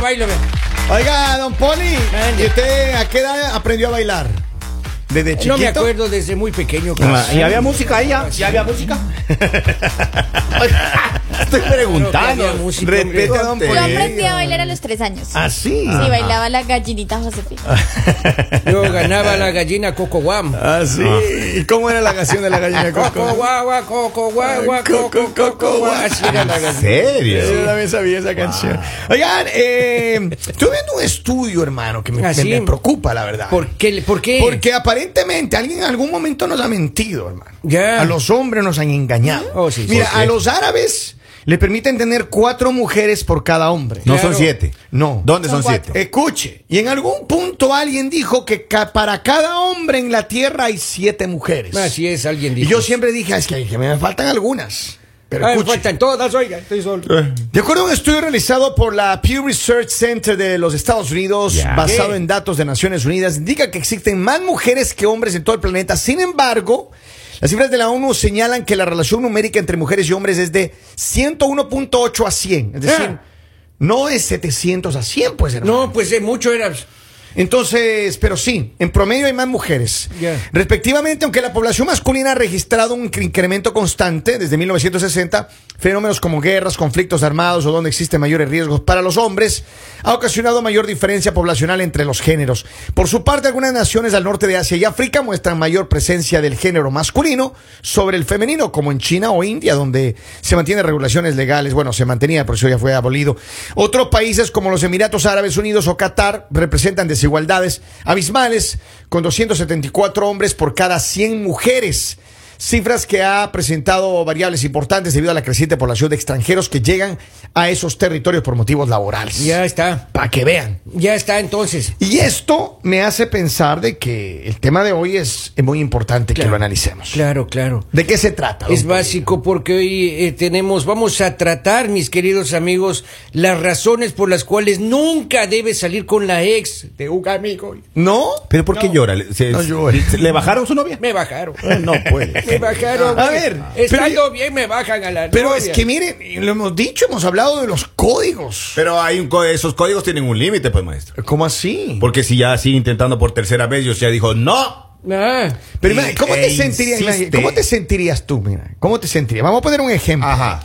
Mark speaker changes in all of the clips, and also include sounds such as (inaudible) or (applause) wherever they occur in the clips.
Speaker 1: bailo. ve.
Speaker 2: Oiga, don Poli,
Speaker 1: Mande.
Speaker 2: ¿y usted a qué edad aprendió a bailar? ¿Desde chiquito?
Speaker 1: No me acuerdo desde muy pequeño.
Speaker 3: Ah,
Speaker 1: casi.
Speaker 3: ¿Y había música ahí ya? ¿Ya
Speaker 2: (laughs)
Speaker 3: había música? Estoy preguntando.
Speaker 1: Creo que había música,
Speaker 2: Respete
Speaker 1: hombre.
Speaker 2: a don
Speaker 4: Yo
Speaker 2: Polito.
Speaker 4: aprendí a bailar a los tres años.
Speaker 3: ¿Ah, sí?
Speaker 4: Sí, bailaba la gallinita Josefina.
Speaker 1: Yo ganaba la gallina Coco
Speaker 2: (laughs)
Speaker 1: Guam.
Speaker 2: Ah, sí. ¿Y cómo era la canción de la gallina
Speaker 1: Coco
Speaker 2: Coco?
Speaker 1: guagua, coco guagua, coco coco guagua. Así era la
Speaker 3: ¿En
Speaker 1: gallina.
Speaker 2: Sí, Yo
Speaker 3: serio?
Speaker 2: también sabía esa canción. Oigan, eh, estoy viendo un estudio, hermano, que me,
Speaker 1: Así.
Speaker 2: me- me preocupa, la verdad.
Speaker 1: Ah, ¿Por qué? ¿Por qué?
Speaker 2: Porque aparentemente alguien en algún momento nos ha mentido, hermano.
Speaker 1: Ya.
Speaker 2: A los hombres nos han engañado.
Speaker 1: Oh, sí, sí,
Speaker 2: Mira,
Speaker 1: sí.
Speaker 2: a los árabes le permiten tener cuatro mujeres por cada hombre.
Speaker 3: No
Speaker 1: Claro.
Speaker 3: son siete.
Speaker 2: No.
Speaker 3: ¿Dónde son,
Speaker 4: Son
Speaker 3: siete?
Speaker 2: Escuche, y en algún punto alguien dijo que ca- para cada hombre en la tierra hay siete mujeres.
Speaker 1: Ah, Así es, alguien dijo.
Speaker 2: Y yo siempre dije, "Ah, es que, que me faltan algunas. Pero
Speaker 1: Ah, me
Speaker 2: escuche. Eh.
Speaker 1: faltan todas, oiga, estoy solo.
Speaker 2: De acuerdo a un estudio realizado por la Pew Research Center de los Estados Unidos,
Speaker 3: Ya.
Speaker 2: basado
Speaker 1: ¿Qué?
Speaker 2: en datos de Naciones Unidas, indica que existen más mujeres que hombres en todo el planeta. Sin embargo, las cifras de la ONU señalan que la relación numérica entre mujeres y hombres es de 101.8 a 100. Es decir,
Speaker 1: Ah.
Speaker 2: no es 700 a 100, pues, hermano.
Speaker 1: No, pues de mucho era.
Speaker 2: Entonces, pero sí, en promedio hay más mujeres.
Speaker 1: Ya.
Speaker 2: Respectivamente, aunque la población masculina ha registrado un cre- incremento constante desde 1960, fenómenos como guerras, conflictos armados o donde existen mayores riesgos para los hombres, ha ocasionado mayor diferencia poblacional entre los géneros. Por su parte, algunas naciones al norte de Asia y África muestran mayor presencia del género masculino sobre el femenino, como en China o India, donde se mantienen regulaciones legales. Bueno, se mantenía, por eso ya fue abolido. Otros países como los Emiratos Árabes Unidos o Qatar representan desigualdades abismales, con 274 hombres por cada 100 mujeres. Cifras que ha presentado variables importantes debido a la creciente población de extranjeros que llegan a esos territorios por motivos laborales.
Speaker 1: Ya está.
Speaker 2: Para que vean.
Speaker 1: Ya está entonces.
Speaker 2: Y esto me hace pensar de que el tema de hoy es muy importante que
Speaker 1: Claro.
Speaker 2: lo analicemos.
Speaker 1: Claro, claro.
Speaker 2: ¿De qué se trata?
Speaker 1: Es
Speaker 2: don
Speaker 1: básico porque hoy eh, tenemos, vamos a tratar, mis queridos amigos, las razones por las cuales nunca debes salir con la ex de un amigo.
Speaker 2: Polito? ¿No?
Speaker 3: ¿Pero por qué llora? ¿Se-
Speaker 2: No llora.
Speaker 3: se- ¿Le bajaron su novia?
Speaker 1: Me bajaron.
Speaker 3: No
Speaker 2: pues.
Speaker 3: (laughs) puede.
Speaker 1: Me bajaron.
Speaker 2: A ver,
Speaker 1: estando
Speaker 2: pero-
Speaker 1: bien me bajan a la
Speaker 2: Pero es
Speaker 1: novia.
Speaker 2: que mire, lo hemos dicho, hemos hablado de los códigos.
Speaker 3: Pero hay un co- esos códigos tienen un límite, pues, maestro.
Speaker 2: ¿Cómo así?
Speaker 3: Porque si ya sigue intentando por tercera vez, yo ya dijo, no.
Speaker 1: Ah,
Speaker 2: Pero imagina, ¿cómo,
Speaker 3: E
Speaker 2: te sentirías,
Speaker 3: insiste.
Speaker 2: imagina, ¿Cómo te sentirías tú? Mira, ¿cómo te sentirías? Vamos a poner un ejemplo.
Speaker 3: Ajá.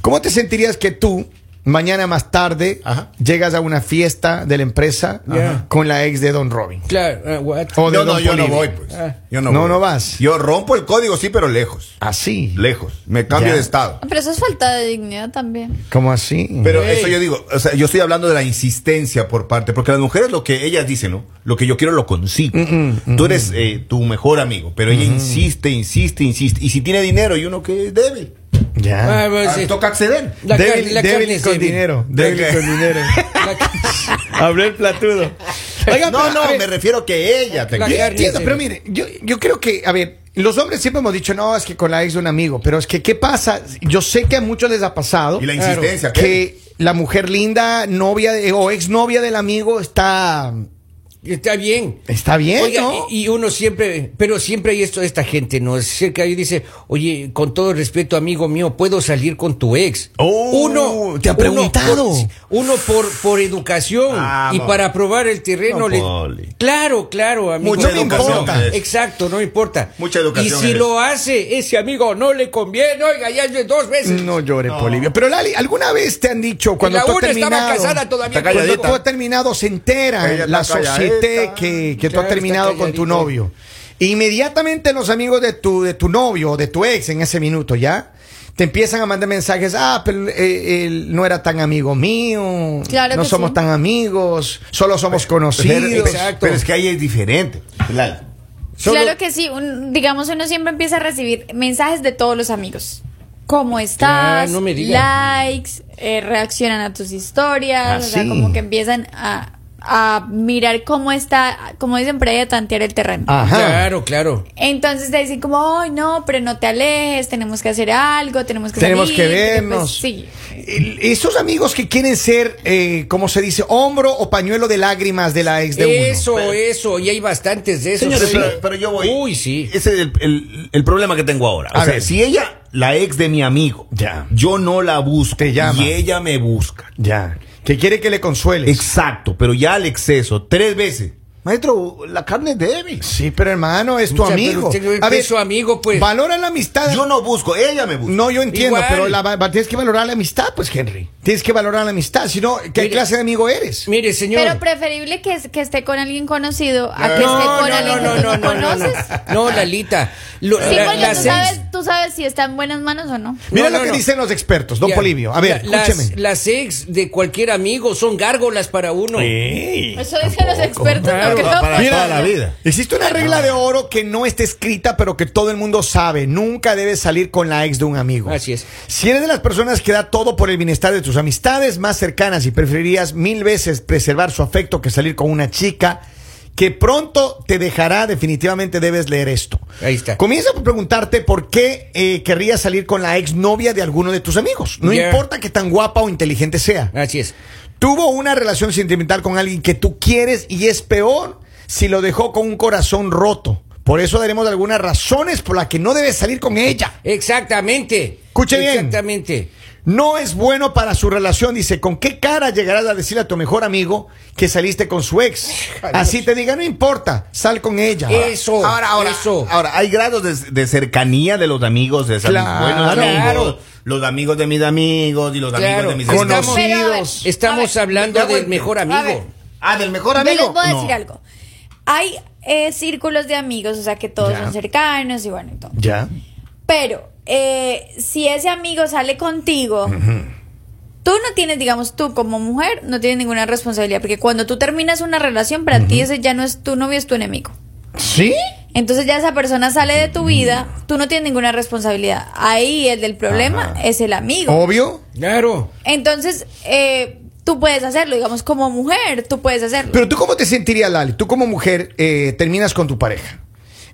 Speaker 2: ¿Cómo te sentirías que tú, mañana más tarde,
Speaker 3: Ajá.
Speaker 2: llegas a una fiesta de la empresa
Speaker 1: Ajá.
Speaker 2: con la ex de Don Robin?
Speaker 1: claro. ah, what?
Speaker 2: O de
Speaker 3: no, no,
Speaker 2: Don
Speaker 3: yo no
Speaker 2: Polibio.
Speaker 3: voy, pues.
Speaker 1: Ah.
Speaker 3: Yo no
Speaker 2: No,
Speaker 3: voy.
Speaker 2: no vas.
Speaker 3: Yo rompo el código, sí, pero lejos.
Speaker 2: Así.
Speaker 3: Lejos. Me cambio
Speaker 2: Ya.
Speaker 3: de estado.
Speaker 4: Pero eso es falta de dignidad también.
Speaker 2: ¿Cómo así?
Speaker 3: Pero eh,
Speaker 1: Ey.
Speaker 3: eso yo digo, o sea, yo estoy hablando de la insistencia por parte, porque las mujeres lo que ellas dicen, ¿no? Lo que yo quiero lo consigo.
Speaker 2: Mm,
Speaker 3: Tú eres eh, tu mejor amigo, pero ella insiste, insiste, insiste. Y si tiene dinero y uno que es débil,
Speaker 2: ya.
Speaker 1: Ah, pues,
Speaker 3: ah,
Speaker 1: eh,
Speaker 3: toca acceder.
Speaker 1: la car-
Speaker 2: débil
Speaker 1: la
Speaker 2: débil
Speaker 1: carne es
Speaker 2: con
Speaker 1: débil.
Speaker 2: dinero.
Speaker 3: ¿De
Speaker 2: Débil
Speaker 3: qué?
Speaker 2: con (laughs) dinero.
Speaker 1: La ca-
Speaker 2: Hablé el platudo. Oiga,
Speaker 3: (laughs)
Speaker 2: pero,
Speaker 3: no,
Speaker 2: a
Speaker 3: no,
Speaker 2: ver,
Speaker 3: me refiero que ella te
Speaker 1: La
Speaker 2: Yo
Speaker 3: quiere.
Speaker 1: carne
Speaker 2: entiendo,
Speaker 1: se
Speaker 2: pero
Speaker 1: ve.
Speaker 2: mire, yo, yo creo que, a ver, los hombres siempre hemos dicho, no, es que con la ex de un amigo, pero es que, ¿qué pasa? Yo sé que a muchos les ha pasado
Speaker 3: Y la insistencia, ¿qué?
Speaker 2: que la mujer linda, novia de- o exnovia del amigo está,
Speaker 1: Está bien.
Speaker 2: está bien,
Speaker 1: Oiga,
Speaker 2: ¿no?
Speaker 1: y, y uno siempre, pero siempre hay esto de esta gente, ¿no? Cerca ahí dice, oye, con todo respeto, amigo mío, ¿puedo salir con tu ex?
Speaker 2: Oh, te ha preguntado.
Speaker 1: Por, uno por, por educación y
Speaker 3: Vamos.
Speaker 1: para probar el terreno.
Speaker 3: No,
Speaker 1: le-
Speaker 3: Poli.
Speaker 1: claro, claro, amigo.
Speaker 3: Mucha
Speaker 1: no me
Speaker 3: educación
Speaker 1: importa.
Speaker 3: eres.
Speaker 1: Exacto, no importa.
Speaker 3: Mucha educación
Speaker 1: Y si
Speaker 3: eres.
Speaker 1: lo hace, ese amigo no le conviene, oiga, ya es de dos veces.
Speaker 3: Mm,
Speaker 2: No llore, Polivio. Pero Lali, ¿alguna vez te han dicho cuando
Speaker 1: la
Speaker 2: tú has
Speaker 1: una estaba
Speaker 2: terminado?
Speaker 1: casada todavía.
Speaker 3: Está
Speaker 2: Cuando
Speaker 3: calladita.
Speaker 2: tú has terminado, se entera
Speaker 3: Ella
Speaker 2: la
Speaker 3: está calladita.
Speaker 2: sociedad que, que tú
Speaker 1: Claro,
Speaker 2: has
Speaker 1: está
Speaker 2: terminado con tu
Speaker 1: calladita.
Speaker 2: novio. Inmediatamente los amigos de tu, de tu novio o de tu ex en ese minuto, ¿ya? Te empiezan a mandar mensajes, ah, pero eh, él no era tan amigo mío,
Speaker 4: Claro
Speaker 2: no
Speaker 4: que
Speaker 2: somos
Speaker 4: sí.
Speaker 2: tan amigos, solo somos
Speaker 3: Pero,
Speaker 2: conocidos.
Speaker 1: exacto.
Speaker 3: pero es que ahí es diferente.
Speaker 1: Solo-
Speaker 4: Claro que sí, un- digamos uno siempre empieza a recibir mensajes de todos los amigos. ¿Cómo estás?
Speaker 1: Ya, no me digas.
Speaker 4: likes, eh, reaccionan a tus historias,
Speaker 2: Ah,
Speaker 4: o sea,
Speaker 2: sí.
Speaker 4: como que empiezan a, a mirar cómo está, como dicen por ahí, a tantear el terreno.
Speaker 2: Ajá.
Speaker 1: Claro, claro.
Speaker 4: Entonces te dicen como, ay no, pero no te alejes, tenemos que hacer algo, tenemos que
Speaker 2: Tenemos
Speaker 4: salir",
Speaker 2: que
Speaker 4: pero pues,
Speaker 2: vernos.
Speaker 4: sí.
Speaker 2: El- Esos amigos que quieren ser, eh, como se dice, hombro o pañuelo de lágrimas de la ex de uno.
Speaker 1: Eso, eso, y hay bastantes de esos.
Speaker 3: Señores,
Speaker 1: sí.
Speaker 3: pero, pero yo voy.
Speaker 1: Uy, sí.
Speaker 3: Ese es el, el- el problema que tengo ahora. O
Speaker 2: A
Speaker 3: sea,
Speaker 2: ver.
Speaker 3: si ella, la ex de mi amigo,
Speaker 2: Ya.
Speaker 3: yo no la busco
Speaker 2: Te llama.
Speaker 3: y ella me busca.
Speaker 2: Ya. Que quiere que le consueles.
Speaker 3: Exacto, pero ya al exceso, tres veces. Maestro, la carne es débil.
Speaker 2: sí, pero hermano, es tu
Speaker 1: O sea, pero
Speaker 2: amigo.
Speaker 1: usted- es su amigo, pues.
Speaker 2: Valora la amistad.
Speaker 3: Yo no busco, ella me busca.
Speaker 2: No, yo entiendo,
Speaker 1: Igual.
Speaker 2: pero la, va- va- tienes que valorar la amistad, pues, Henry. Tienes que valorar la amistad, si no, ¿qué
Speaker 1: Mire.
Speaker 2: clase de amigo eres?
Speaker 1: Mire, señor.
Speaker 4: Pero preferible que, es- que esté con alguien conocido a que esté
Speaker 1: no,
Speaker 4: con
Speaker 1: no,
Speaker 4: alguien
Speaker 1: no,
Speaker 4: que tú
Speaker 1: no, no,
Speaker 4: no
Speaker 1: no, no,
Speaker 4: conoces.
Speaker 1: no, Lalita. Lo-
Speaker 4: Sí,
Speaker 1: la-
Speaker 4: porque
Speaker 1: las
Speaker 4: tú
Speaker 1: seis-
Speaker 4: sabes, tú sabes si está en buenas manos o no.
Speaker 1: No,
Speaker 2: Mira lo
Speaker 1: no,
Speaker 2: que
Speaker 1: no.
Speaker 2: dicen los expertos, don
Speaker 1: Ya,
Speaker 2: Polivio. A ver,
Speaker 1: ya, las,
Speaker 2: escúcheme.
Speaker 1: las ex de cualquier amigo son gárgolas para uno.
Speaker 4: Eso dicen los expertos,
Speaker 1: Claro,
Speaker 4: no creo.
Speaker 3: para
Speaker 4: pues.
Speaker 3: toda la vida.
Speaker 2: Existe una
Speaker 1: Ah.
Speaker 2: regla de oro que no está escrita, pero que todo el mundo sabe. Nunca debes salir con la ex de un amigo.
Speaker 1: Así es.
Speaker 2: Si eres de las personas que da todo por el bienestar de tus amistades más cercanas y preferirías mil veces preservar su afecto que salir con una chica que pronto te dejará, definitivamente debes leer esto.
Speaker 1: Ahí está.
Speaker 2: Comienza por preguntarte por qué eh, querrías salir con la exnovia de alguno de tus amigos. No
Speaker 1: Yeah.
Speaker 2: importa que tan guapa o inteligente sea.
Speaker 1: Así es.
Speaker 2: Tuvo una relación sentimental con alguien que tú quieres y es peor si lo dejó con un corazón roto. Por eso daremos algunas razones por las que no debes salir con ella.
Speaker 1: Exactamente.
Speaker 2: Escuche bien.
Speaker 1: Exactamente.
Speaker 2: No es bueno para su relación. Dice, ¿con qué cara llegarás a decirle a tu mejor amigo que saliste con su ex? Así te diga, no importa, sal con ella.
Speaker 1: Eso.
Speaker 3: Ahora, ahora,
Speaker 1: Eso.
Speaker 3: ahora, hay grados de, de cercanía de los amigos de esos
Speaker 2: Claro.
Speaker 3: buenos amigos,
Speaker 1: Claro.
Speaker 3: los amigos de mis amigos y los
Speaker 1: Claro.
Speaker 3: amigos de mis
Speaker 1: Estamos-
Speaker 3: amigos.
Speaker 4: Pero, a ver,
Speaker 2: Conocidos.
Speaker 1: Estamos
Speaker 4: a ver,
Speaker 1: hablando del mejor
Speaker 4: a ver,
Speaker 1: amigo.
Speaker 3: Ah, del mejor
Speaker 4: Yo
Speaker 3: amigo.
Speaker 4: les voy a
Speaker 3: No.
Speaker 4: decir algo. Hay eh, círculos de amigos, o sea que todos
Speaker 2: Ya.
Speaker 4: son cercanos y bueno, y todo.
Speaker 2: Ya.
Speaker 4: Pero eh, si ese amigo sale contigo, tú no tienes, digamos, tú como mujer no tienes ninguna responsabilidad, porque cuando tú terminas una relación, para ti ese ya no es tu novio, es tu enemigo.
Speaker 2: ¿Sí?
Speaker 4: Entonces ya esa persona sale de tu vida, tú no tienes ninguna responsabilidad. Ahí el del problema es el amigo.
Speaker 2: Obvio.
Speaker 1: Claro.
Speaker 4: Entonces, eh, tú puedes hacerlo, digamos, como mujer, tú puedes hacerlo.
Speaker 2: Pero tú cómo te sentirías, Lali? Tú como mujer eh, terminas con tu pareja.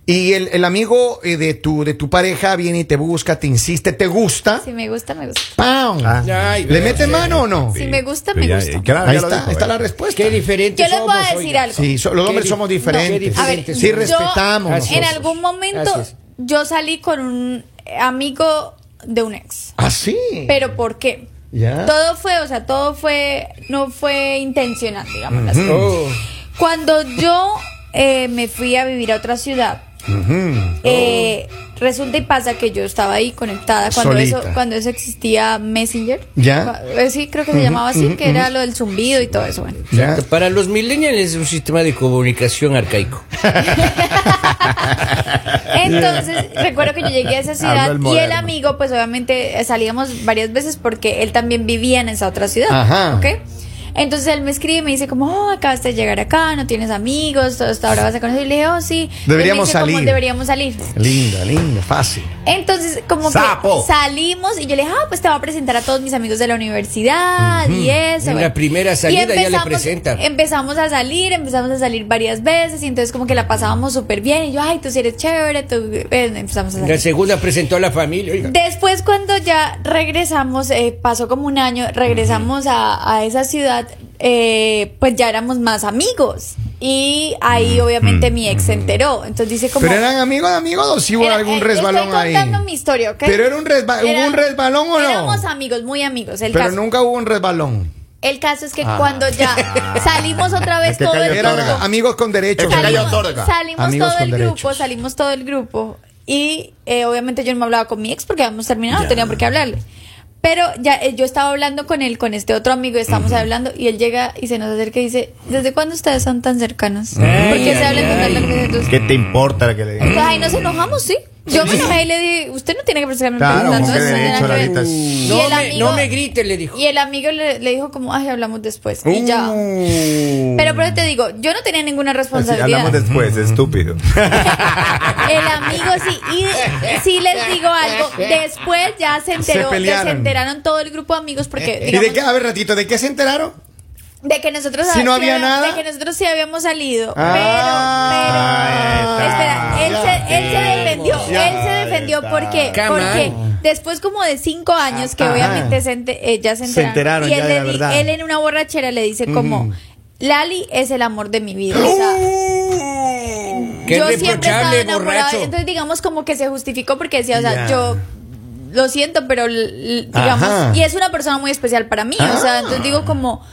Speaker 2: Y el, el amigo eh, de, tu, de tu pareja viene y te busca, te insiste, te gusta.
Speaker 4: si me gusta, me gusta.
Speaker 2: ¡Pam!
Speaker 1: Ay,
Speaker 2: ¿Le
Speaker 1: veo,
Speaker 2: mete
Speaker 1: sí.
Speaker 2: mano o no?
Speaker 4: Si me gusta,
Speaker 3: Pero
Speaker 4: me
Speaker 3: ya-
Speaker 4: gusta.
Speaker 3: claro,
Speaker 2: Ahí
Speaker 3: ya lo
Speaker 2: está,
Speaker 3: dijo,
Speaker 2: ahí está
Speaker 3: eh.
Speaker 2: la respuesta.
Speaker 1: Pues, Qué diferente.
Speaker 4: Yo les voy a decir algo.
Speaker 2: Sí, so- los
Speaker 1: Qué
Speaker 2: hombres
Speaker 1: di-
Speaker 2: somos
Speaker 1: no, qué
Speaker 2: diferentes.
Speaker 4: A ver,
Speaker 1: diferentes
Speaker 2: sí,
Speaker 4: yo-
Speaker 2: respetamos.
Speaker 1: Así
Speaker 4: En
Speaker 1: es.
Speaker 4: algún momento
Speaker 1: Así es.
Speaker 4: yo salí con un amigo de un ex.
Speaker 2: ¿Ah, sí? ¿Ah?
Speaker 4: Pero ¿por qué?
Speaker 2: Ya.
Speaker 4: Todo fue, o sea, todo fue, no fue intencional, digamos. así.
Speaker 1: Oh.
Speaker 4: Cuando yo eh, me fui a vivir a otra ciudad,
Speaker 2: Oh.
Speaker 4: eh, resulta y pasa que yo estaba ahí conectada cuando
Speaker 2: Solita.
Speaker 4: eso, cuando eso existía Messenger.
Speaker 2: Ya.
Speaker 4: Eh, Sí, creo que se llamaba así, que era lo del zumbido y todo
Speaker 2: (laughs)
Speaker 4: eso. Bueno.
Speaker 2: Ya.
Speaker 1: Para los millennials es un sistema de comunicación arcaico.
Speaker 4: Entonces, recuerdo que yo llegué a esa
Speaker 3: Habló
Speaker 4: ciudad
Speaker 3: el
Speaker 4: y el
Speaker 3: moderno.
Speaker 4: amigo, pues obviamente eh, salíamos varias veces porque él también vivía en esa otra ciudad.
Speaker 2: Ajá.
Speaker 4: ¿Ok? Entonces él me escribe y me dice como, oh, acabas de llegar acá, no tienes amigos, todo esto ahora vas a conocer. Y le dije, oh, sí. Él me
Speaker 2: Deberíamos
Speaker 4: dice como,
Speaker 2: salir.
Speaker 4: Deberíamos salir.
Speaker 2: Linda, linda, fácil.
Speaker 4: Entonces, como
Speaker 3: Sapo.
Speaker 4: que salimos y yo le dije, ah, pues te voy a presentar a todos mis amigos de la universidad y eso.
Speaker 1: En la primera
Speaker 4: Y
Speaker 1: salida ya le
Speaker 4: empezamos-
Speaker 1: presentan.
Speaker 4: Empezamos a salir, empezamos a salir varias veces y entonces como que la pasábamos súper bien. Y yo, ay, tú sí eres chévere, tú... eh, empezamos a
Speaker 1: La
Speaker 4: salir.
Speaker 1: segunda presentó a la familia. oiga.
Speaker 4: Después cuando ya regresamos, eh, pasó como un año, regresamos a, a esa ciudad, eh, pues ya éramos más amigos. Y ahí obviamente mi ex se enteró. Entonces dice como...
Speaker 2: ¿Pero eran amigos de amigos o si hubo
Speaker 4: Era-
Speaker 2: algún
Speaker 4: eh,
Speaker 2: resbalón
Speaker 4: estoy
Speaker 2: ahí?
Speaker 4: contando mi historia, ¿ok?
Speaker 2: ¿Pero era un, resba- hubo
Speaker 4: Era-
Speaker 2: un resbalón o no?
Speaker 4: Éramos amigos, muy amigos. El,
Speaker 2: Pero
Speaker 4: caso,
Speaker 2: nunca hubo un resbalón.
Speaker 4: el caso es que cuando
Speaker 2: (laughs)
Speaker 4: ya salimos otra vez
Speaker 3: Ah. Es que
Speaker 4: todo el
Speaker 3: cayó
Speaker 4: grupo.
Speaker 2: Eran
Speaker 3: Otorga.
Speaker 2: amigos con derechos.
Speaker 3: Es que cayó
Speaker 4: Salimos,
Speaker 3: otorga.
Speaker 4: salimos
Speaker 2: Amigos
Speaker 4: todo
Speaker 2: con
Speaker 4: el grupo,
Speaker 2: derechos.
Speaker 4: salimos todo el grupo. Y eh, obviamente yo no me hablaba con mi ex porque habíamos terminado, no tenía por qué hablarle. Pero ya eh, yo estaba hablando con él, con este otro amigo, estamos hablando, y él llega y se nos acerca y dice, ¿desde cuándo ustedes son tan cercanos? ¿Por qué se hablan con tal entonces?
Speaker 3: ¿Qué te importa la que le diga?
Speaker 4: Pues ahí nos enojamos, sí. Yo me enojé y le dije, usted no tiene que presentarme
Speaker 3: Claro,
Speaker 4: preguntando
Speaker 3: como que
Speaker 4: eso,
Speaker 3: de
Speaker 4: no tiene
Speaker 3: hecho,
Speaker 4: nada que
Speaker 3: Lalita,
Speaker 4: ver".
Speaker 3: es-
Speaker 4: Y
Speaker 1: No
Speaker 4: el
Speaker 1: me,
Speaker 4: amigo-
Speaker 1: no me grite, le dijo.
Speaker 4: Y el amigo le, le dijo como, ay, hablamos después. Y ya. Pero por eso te digo, yo no tenía ninguna
Speaker 3: Así,
Speaker 4: responsabilidad.
Speaker 3: Pues hablamos después, estúpido.
Speaker 4: el amigo sí, y sí les digo algo. Después ya se enteró, que se,
Speaker 2: pelearon.
Speaker 4: enteraron todo el grupo de amigos
Speaker 1: Eh,
Speaker 4: porque
Speaker 2: ¿Y de
Speaker 4: digamos,
Speaker 2: qué? A ver, ratito, ¿de qué se enteraron?
Speaker 4: de que nosotros
Speaker 2: Si no
Speaker 4: que
Speaker 2: había
Speaker 4: era-
Speaker 2: nada.
Speaker 4: de que nosotros sí habíamos salido.
Speaker 2: Ah,
Speaker 4: pero, pero,
Speaker 3: ahí
Speaker 4: espera, él
Speaker 3: está.
Speaker 4: se, él se
Speaker 3: Ya
Speaker 4: defendió,
Speaker 3: vimos.
Speaker 4: él se
Speaker 3: Ya
Speaker 4: defendió
Speaker 3: está.
Speaker 4: porque,
Speaker 1: Come
Speaker 4: porque
Speaker 1: on.
Speaker 4: después como de cinco años que
Speaker 2: Ajá.
Speaker 4: obviamente se ente- ellas se
Speaker 2: Se enteraron
Speaker 4: enteraron, y él,
Speaker 2: ya de
Speaker 4: le
Speaker 2: la
Speaker 4: di-
Speaker 2: verdad.
Speaker 4: él en una borrachera le dice como Lali es el amor de mi vida. o sea,
Speaker 1: Qué
Speaker 4: yo siempre estaba
Speaker 1: irreprochable,
Speaker 4: enamorada.
Speaker 1: borracho.
Speaker 4: Entonces, digamos, como que se justificó porque decía, o
Speaker 2: Ya.
Speaker 4: sea, yo lo siento, pero l- l- digamos,
Speaker 2: Ajá. Ah.
Speaker 4: y es una persona muy especial para mí, o sea, entonces digo como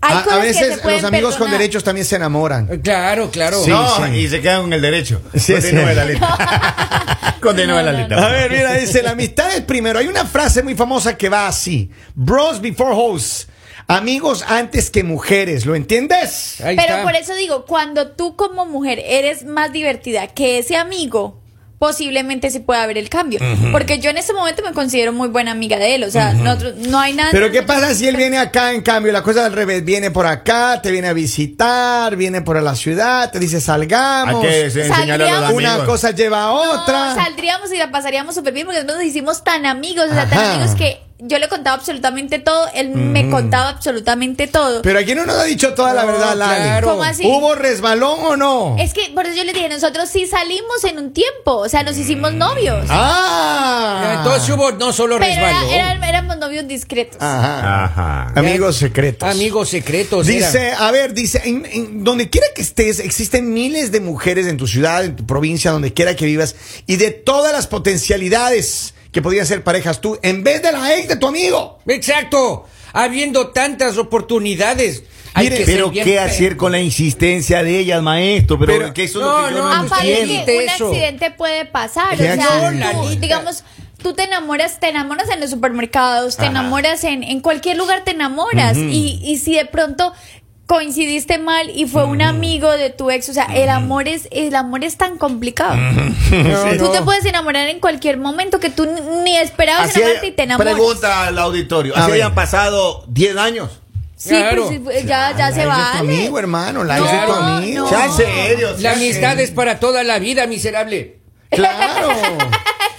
Speaker 4: hay
Speaker 2: A, a
Speaker 4: cosas que se
Speaker 2: veces
Speaker 4: pueden
Speaker 2: los amigos con
Speaker 4: perdonar.
Speaker 2: derechos también se enamoran.
Speaker 1: Eh, Claro, claro.
Speaker 2: Sí.
Speaker 3: no, y se quedan con el derecho.
Speaker 2: Sí,
Speaker 3: Continúe
Speaker 2: sí.
Speaker 3: la lista.
Speaker 4: (laughs)
Speaker 3: Continúe
Speaker 4: No,
Speaker 3: la
Speaker 4: no,
Speaker 3: lista.
Speaker 4: no.
Speaker 2: A ver, mira, dice, la amistad es primero. Hay una frase muy famosa que va así. Bros before hoes. Amigos antes que mujeres, ¿lo entiendes?
Speaker 1: Ahí
Speaker 4: Pero
Speaker 1: está.
Speaker 4: por eso digo, cuando tú como mujer eres más divertida que ese amigo, posiblemente se pueda ver el cambio. Porque yo en este momento me considero muy buena amiga de él. O sea, nosotros- no hay nada.
Speaker 2: Pero ¿qué pasa si él viene acá en cambio? La cosa es al revés, viene por acá, te viene a visitar, viene por la ciudad, te dice salgamos.
Speaker 3: Hay que enseñarle a los
Speaker 2: Una
Speaker 3: amigos.
Speaker 2: cosa lleva a
Speaker 4: No,
Speaker 2: otra.
Speaker 4: saldríamos y la pasaríamos súper bien porque nosotros nos hicimos tan amigos, o sea, tan
Speaker 2: Ajá.
Speaker 4: amigos que yo le contaba absolutamente todo, él me contaba absolutamente todo.
Speaker 2: Pero aquí no nos ha dicho toda la
Speaker 1: No,
Speaker 2: verdad, Lali.
Speaker 1: claro.
Speaker 4: ¿Cómo así?
Speaker 2: ¿Hubo resbalón o no?
Speaker 4: es que por eso yo le dije, nosotros sí salimos en un tiempo, o sea, nos hicimos novios.
Speaker 2: Ah.
Speaker 1: Entonces hubo no solo
Speaker 4: pero era-
Speaker 1: resbalón.
Speaker 4: era- éramos novios discretos.
Speaker 2: Ajá.
Speaker 3: Ajá.
Speaker 2: Amigos secretos.
Speaker 1: Ah. Amigos secretos.
Speaker 2: Dice,
Speaker 1: era.
Speaker 2: a ver, dice, en- en donde quiera que estés, existen miles de mujeres en tu ciudad, en tu provincia, donde quiera que vivas, y de todas las potencialidades que podrían ser parejas tú, en vez de la ex de tu amigo.
Speaker 1: Exacto. Habiendo tantas oportunidades. Hay
Speaker 2: Mire,
Speaker 1: que ser
Speaker 3: Pero
Speaker 1: bien
Speaker 3: qué
Speaker 1: pe-
Speaker 3: hacer con la insistencia de ellas, maestro. Pero,
Speaker 2: Pero-
Speaker 3: que eso es lo que
Speaker 1: No,
Speaker 3: yo no,
Speaker 1: no,
Speaker 4: Aparte
Speaker 1: entiendo.
Speaker 4: Ah, que un
Speaker 1: Eso.
Speaker 4: accidente puede pasar, o
Speaker 2: ¿Qué
Speaker 4: sea,
Speaker 2: accidente?
Speaker 4: tú,
Speaker 1: Lalita.
Speaker 4: digamos, tú te enamoras, te enamoras en los supermercados, te enamoras en, en cualquier lugar, te enamoras y, y si de pronto coincidiste mal y fue un amigo de tu ex, o sea, el amor es el amor es tan complicado.
Speaker 1: No,
Speaker 4: Tú
Speaker 1: no.
Speaker 4: te puedes enamorar en cualquier momento que tú ni- ni esperabas
Speaker 3: Así
Speaker 4: enamorarte y
Speaker 3: hay-
Speaker 4: te enamoras.
Speaker 3: pregunta al auditorio.
Speaker 2: A
Speaker 3: ¿Así
Speaker 2: ver.
Speaker 3: habían pasado 10 años?
Speaker 4: Sí,
Speaker 1: Claro.
Speaker 4: pero si- ya ya se
Speaker 2: La ex de tu
Speaker 4: vale.
Speaker 2: amigo, hermano, la ex de tu
Speaker 1: Claro.
Speaker 2: amigo.
Speaker 4: No.
Speaker 3: Ya, en
Speaker 4: (laughs)
Speaker 3: serio.
Speaker 1: La
Speaker 3: ya en
Speaker 1: amistad
Speaker 3: serio.
Speaker 1: es para toda la vida, miserable.
Speaker 2: Claro.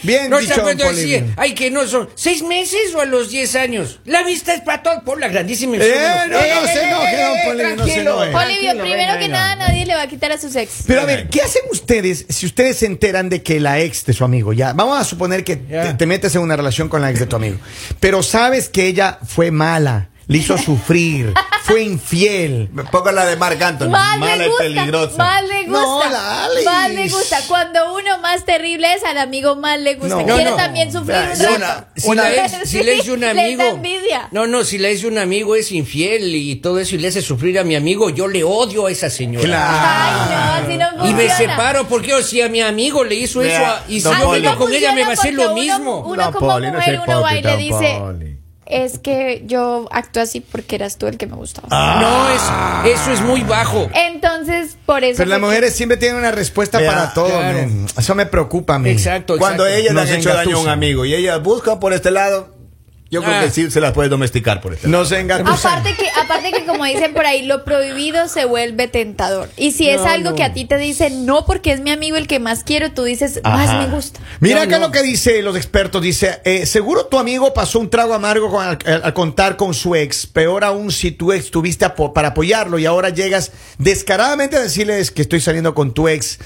Speaker 2: Bien
Speaker 1: No pues, se
Speaker 2: dicho,
Speaker 1: puede
Speaker 2: don
Speaker 1: decir,
Speaker 2: Polibio.
Speaker 1: ay, que no son seis meses o a los diez años. La amistad es para todo, por la grandísima.
Speaker 2: Eh, no, no se enoje, don Polibio, no se enoje.
Speaker 4: Olivia,
Speaker 1: eh, tranquilo,
Speaker 4: primero
Speaker 1: venga,
Speaker 4: que
Speaker 1: venga.
Speaker 4: nada nadie le va a quitar a sus ex.
Speaker 2: Pero a ver, ¿qué hacen ustedes si ustedes se enteran de que la ex de su amigo, ya, vamos a suponer que
Speaker 1: Ya.
Speaker 2: te, te metes en una relación con la ex de tu amigo, pero sabes que ella fue mala, le
Speaker 4: (laughs)
Speaker 2: hizo sufrir, fue infiel.
Speaker 3: Me pongo la de Marc Anthony.
Speaker 4: Más
Speaker 3: mala
Speaker 4: le
Speaker 3: y
Speaker 4: gusta,
Speaker 3: peligrosa.
Speaker 4: más le gusta,
Speaker 2: No, la Alice.
Speaker 4: más le gusta. Cuando uno más terrible es al amigo más le gusta.
Speaker 2: No.
Speaker 4: Quiere
Speaker 1: No, no.
Speaker 4: también sufrir
Speaker 3: Ya,
Speaker 4: un
Speaker 3: ya
Speaker 4: rato.
Speaker 3: una-
Speaker 1: Si, la ex-
Speaker 4: (laughs)
Speaker 1: si le hice un
Speaker 4: Sí,
Speaker 1: amigo.
Speaker 4: Les da envidia.
Speaker 1: No, no, si le hice un amigo es infiel y todo eso y le hace sufrir a mi amigo, yo le odio a esa señora.
Speaker 4: Ay, no, así no
Speaker 1: Y me
Speaker 4: funciona.
Speaker 1: separo porque yo, si a mi amigo le hizo eso
Speaker 3: Vea,
Speaker 1: a- y si
Speaker 3: don
Speaker 1: yo
Speaker 3: Poli.
Speaker 1: vivo con
Speaker 4: Así
Speaker 1: ella me
Speaker 4: no
Speaker 1: va a hacer lo
Speaker 4: funciona porque
Speaker 1: mismo.
Speaker 4: Uno, uno
Speaker 3: No,
Speaker 4: como
Speaker 3: Poli, no
Speaker 4: mujer,
Speaker 3: sea
Speaker 4: uno va y le
Speaker 3: hipócrita,
Speaker 4: dice,
Speaker 3: Poli.
Speaker 4: es que yo actúo así porque eras tú el que me gustaba.
Speaker 1: Ah.
Speaker 3: Ah.
Speaker 1: No, es, eso es muy bajo.
Speaker 4: Entonces, por eso...
Speaker 2: Pero las
Speaker 4: fue que-
Speaker 2: mujeres siempre tienen una respuesta
Speaker 3: Ya,
Speaker 2: para todo,
Speaker 1: claro.
Speaker 2: men. Eso me preocupa, men.
Speaker 1: Exacto, exacto.
Speaker 3: Cuando ellas le
Speaker 2: Nos
Speaker 3: han hecho daño a un
Speaker 2: engatusan.
Speaker 3: amigo y ellas buscan por este lado, yo creo
Speaker 1: Ah.
Speaker 3: que sí se las puede domesticar por este lado.
Speaker 2: No se engatusan.
Speaker 4: Aparte que, aparte que como dicen por ahí, lo prohibido se vuelve tentador. Y si es
Speaker 1: No,
Speaker 4: algo
Speaker 1: no.
Speaker 4: que a ti te dicen, no, porque es mi amigo el que más quiero, tú dices,
Speaker 3: Ajá.
Speaker 4: más me gusta.
Speaker 2: Ah. Mira
Speaker 1: No,
Speaker 2: acá
Speaker 1: no.
Speaker 2: lo que dice los expertos. Dice, eh, seguro tu amigo pasó un trago amargo con- al, al contar con su ex. Peor aún si tu ex tuviste apo- para apoyarlo y ahora llegas descaradamente a decirles que estoy saliendo con tu ex.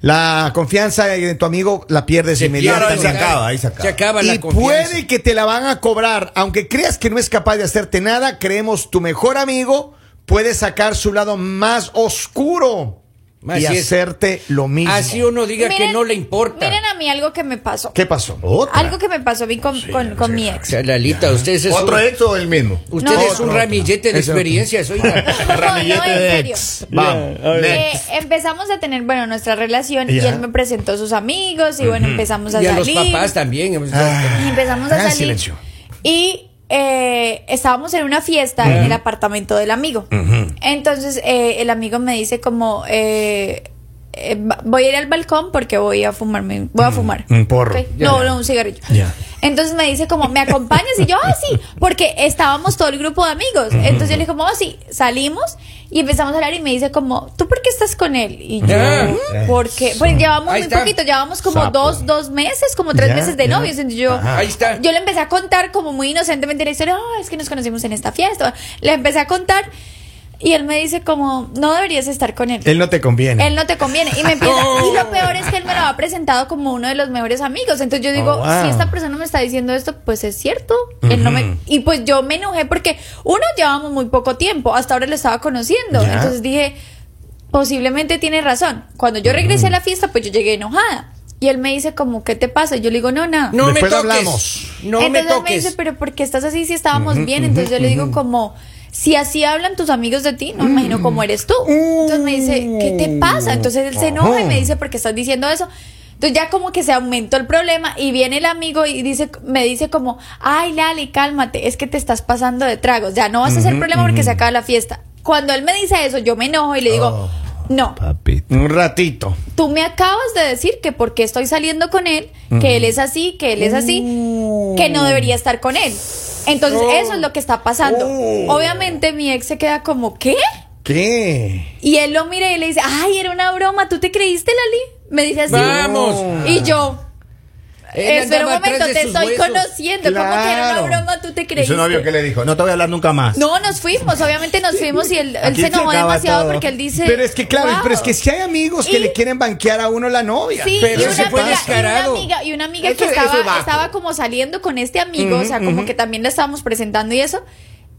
Speaker 2: La confianza de tu amigo la pierdes
Speaker 1: Se
Speaker 2: inmediatamente.
Speaker 3: ahí se acaba, ahí se acaba.
Speaker 1: Se acaba la
Speaker 2: Y
Speaker 1: confianza.
Speaker 2: puede que te la van a cobrar, aunque creas que no es capaz de hacerte nada, creemos tu mejor amigo puede sacar su lado más oscuro y
Speaker 1: Así es.
Speaker 2: hacerte lo mismo.
Speaker 1: Así uno diga que
Speaker 4: Miren-
Speaker 1: no le importa.
Speaker 4: Miren a mí algo que me pasó.
Speaker 2: ¿Qué pasó?
Speaker 3: Otra.
Speaker 4: Algo que me pasó a mí con, con- con mi
Speaker 1: O
Speaker 4: ex.
Speaker 1: sea, Lalita, usted es
Speaker 3: ¿Otro
Speaker 1: un,
Speaker 3: ex o el mismo?
Speaker 1: usted
Speaker 4: No.
Speaker 1: es un
Speaker 2: Otro,
Speaker 1: ramillete de
Speaker 2: otro.
Speaker 1: experiencias, oiga.
Speaker 4: (laughs) No, no,
Speaker 3: Ramillete
Speaker 4: en
Speaker 3: de
Speaker 4: serio.
Speaker 3: ex. (laughs) Vamos.
Speaker 4: Eh,
Speaker 3: next.
Speaker 4: empezamos a tener, bueno, nuestra relación y
Speaker 2: Ya.
Speaker 4: él me presentó a sus amigos y bueno, empezamos a
Speaker 1: Y a los
Speaker 4: salir.
Speaker 1: papás también.
Speaker 4: Y empezamos a
Speaker 2: Ah,
Speaker 4: salir.
Speaker 2: silencio.
Speaker 4: Y eh, estábamos en una fiesta en el apartamento del amigo. Entonces eh, el amigo me dice como eh, eh, va- voy a ir al balcón porque voy a fumarme, voy a fumar.
Speaker 2: Mm, un porro.
Speaker 4: Ok.
Speaker 1: Ya.
Speaker 4: No, no, un cigarrillo.
Speaker 2: Ya.
Speaker 4: Entonces me dice como, ¿me acompañas? Y yo, ah, sí, porque estábamos todo el grupo de amigos. Entonces yo le dije como, ah, sí, salimos y empezamos a hablar y me dice como, ¿tú por qué estás con él? Y yo,
Speaker 1: Ya.
Speaker 4: porque, pues llevamos
Speaker 1: Ahí
Speaker 4: muy
Speaker 1: está.
Speaker 4: poquito, llevamos como
Speaker 3: Sapo.
Speaker 4: dos, dos meses, como tres
Speaker 2: Ya,
Speaker 4: meses de
Speaker 2: ya.
Speaker 4: novios. Entonces yo,
Speaker 3: Ah.
Speaker 2: Ajá.
Speaker 1: Ahí está.
Speaker 4: yo le empecé a contar como muy inocentemente la historia, "Ah, es que nos conocimos en esta fiesta. Le empecé a contar y él me dice como, no deberías estar con él.
Speaker 2: Él no te conviene.
Speaker 4: Él no te conviene.
Speaker 2: (laughs)
Speaker 4: Y me empieza. Y lo peor es que él me lo ha presentado como uno de los mejores amigos. Entonces yo digo,
Speaker 2: Oh, wow.
Speaker 4: si esta persona me está diciendo esto, pues es cierto. Él no me. Y pues yo me enojé porque uno llevábamos muy poco tiempo. Hasta ahora lo estaba conociendo.
Speaker 2: Ya.
Speaker 4: Entonces dije, posiblemente tiene razón. Cuando yo regresé a la fiesta, pues yo llegué enojada. Y él me dice como, ¿qué te pasa? Y yo le digo, no, nada.
Speaker 1: No
Speaker 2: Después
Speaker 1: me toques.
Speaker 2: hablamos.
Speaker 1: No
Speaker 4: Entonces
Speaker 1: me
Speaker 4: él me
Speaker 1: toques.
Speaker 4: dice, pero ¿por qué estás así si estábamos bien? Entonces yo le digo como, si así hablan tus amigos de ti, no me imagino cómo eres tú. Entonces me dice, ¿qué te pasa? Entonces él se enoja y me dice, ¿por qué estás diciendo eso? Entonces ya como que se aumentó el problema y viene el amigo y dice, me dice como, ay Lali, cálmate, es que te estás pasando de tragos, ya no vas a hacer problema porque se acaba la fiesta. Cuando él me dice eso, yo me enojo y le digo, no,
Speaker 3: Papi.
Speaker 2: Un ratito.
Speaker 4: tú me acabas de decir que porque estoy saliendo con él, que él es así, que él es así, que no debería estar con él. Entonces, eso es lo que está pasando.
Speaker 2: Oh.
Speaker 4: Obviamente, mi ex se queda como, ¿qué?
Speaker 2: ¿Qué?
Speaker 4: Y él lo mira y le dice, ay, era una broma, ¿tú te creíste, Lali? Me dice así.
Speaker 1: Vamos.
Speaker 4: Y yo,
Speaker 1: Él
Speaker 4: espera un
Speaker 1: andaba atrás
Speaker 4: momento,
Speaker 1: de
Speaker 4: te
Speaker 1: sus
Speaker 4: estoy
Speaker 1: huesos.
Speaker 4: conociendo. ¿Cómo que era una
Speaker 2: Claro.
Speaker 4: broma, tú te
Speaker 3: ¿Y
Speaker 4: creíste?
Speaker 3: su novio qué le dijo? No te voy a hablar nunca más.
Speaker 4: No, nos fuimos, obviamente nos fuimos y él, él se
Speaker 3: Aquí se
Speaker 4: enojó
Speaker 3: acaba
Speaker 4: demasiado
Speaker 3: todo.
Speaker 4: porque él dice...
Speaker 2: Pero es que, claro,
Speaker 4: "Wow".
Speaker 2: pero es que si hay amigos que
Speaker 4: Y-
Speaker 2: le quieren banquear a uno la novia.
Speaker 4: Sí,
Speaker 1: Pero
Speaker 4: y,
Speaker 1: eso
Speaker 4: una
Speaker 1: se fue
Speaker 4: amiga, y una
Speaker 1: descarado.
Speaker 4: amiga, y una amiga
Speaker 3: Eso-
Speaker 4: que
Speaker 3: eso es
Speaker 4: estaba,
Speaker 3: bajo.
Speaker 4: estaba como saliendo con este amigo, o sea, como que también la estábamos presentando y eso,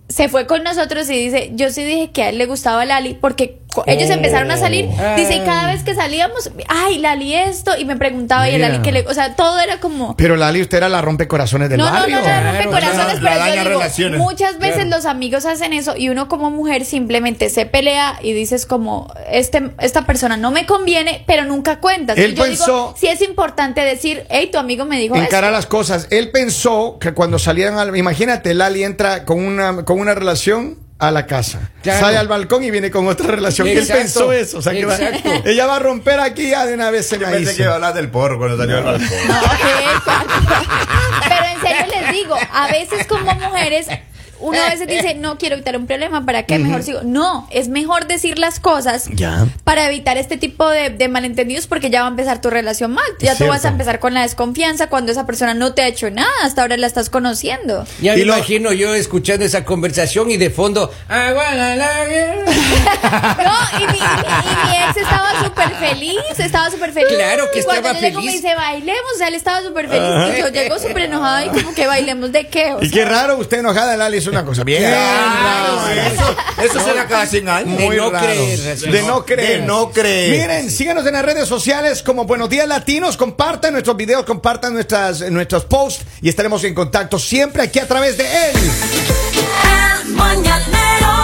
Speaker 4: se fue con nosotros y dice, yo sí dije que a él le gustaba Lali porque co- ellos empezaron a salir, dice, y cada vez que salíamos, ay, Lali esto, y me preguntaba, y el
Speaker 2: Mira.
Speaker 4: Lali que le, o sea, todo era como...
Speaker 2: Pero Lali, usted era la rompecorazones del
Speaker 4: No, no,
Speaker 2: barrio.
Speaker 4: no, no, rompe
Speaker 1: Claro,
Speaker 4: corazones,
Speaker 3: claro, la
Speaker 4: pero yo
Speaker 3: daña
Speaker 4: digo,
Speaker 3: relaciones.
Speaker 4: muchas veces
Speaker 3: Claro.
Speaker 4: los amigos hacen eso y uno como mujer simplemente se pelea y dices como, este, esta persona no me conviene, pero nunca cuentas.
Speaker 2: Él
Speaker 4: y yo
Speaker 2: pensó-
Speaker 4: digo, sí es importante decir, hey, tu amigo me dijo
Speaker 2: Encara
Speaker 4: esto.
Speaker 2: las cosas. Él pensó que cuando salían al. Imagínate, Lali entra con una, con una relación a la casa.
Speaker 1: Claro.
Speaker 2: Sale al balcón y viene con otra relación. Él
Speaker 1: Exacto.
Speaker 2: pensó eso. O sea, que va-
Speaker 1: Exacto.
Speaker 2: (laughs) ella va a romper aquí ya de una vez se
Speaker 3: Yo
Speaker 2: me
Speaker 3: pensé que iba
Speaker 2: hizo.
Speaker 3: a hablar del porro cuando salió al balcón.
Speaker 4: No, qué cuatro. (laughs) Pero en serio les digo, a veces como mujeres... Uno a veces dice, no quiero evitar un problema, ¿para qué? Mejor sigo. No, es mejor decir las cosas
Speaker 2: Ya.
Speaker 4: para evitar este tipo de, de malentendidos porque ya va a empezar tu relación mal. Ya tú
Speaker 2: cierto.
Speaker 4: vas a empezar con la desconfianza cuando esa persona no te ha hecho nada, hasta ahora la
Speaker 1: (laughs)
Speaker 4: estás conociendo.
Speaker 1: Ya me
Speaker 2: Y lo-
Speaker 1: imagino yo escuchando esa conversación y de fondo. "Agua la la la".
Speaker 4: No, y mi, y mi- y mi ex estaba súper feliz, estaba súper feliz.
Speaker 1: Claro que
Speaker 4: Y cuando
Speaker 1: estaba
Speaker 4: yo llego,
Speaker 1: feliz.
Speaker 4: me dice, bailemos, o sea, él estaba súper feliz. Y yo llego súper enojada y como que bailemos de qué. O
Speaker 2: Y
Speaker 4: sea,
Speaker 2: qué raro, usted enojada, Lali, es una cosa bien.
Speaker 3: Claro,
Speaker 2: rara.
Speaker 3: eso, eso será cada 100 años.
Speaker 1: De
Speaker 2: Muy
Speaker 1: no
Speaker 2: raro.
Speaker 1: creer.
Speaker 2: De no creer.
Speaker 3: De no creer.
Speaker 2: Miren, síganos en las redes sociales como Buenos Días Latinos. Compartan nuestros videos, compartan nuestras, nuestros posts y estaremos en contacto siempre aquí a través de él.
Speaker 5: El mañanero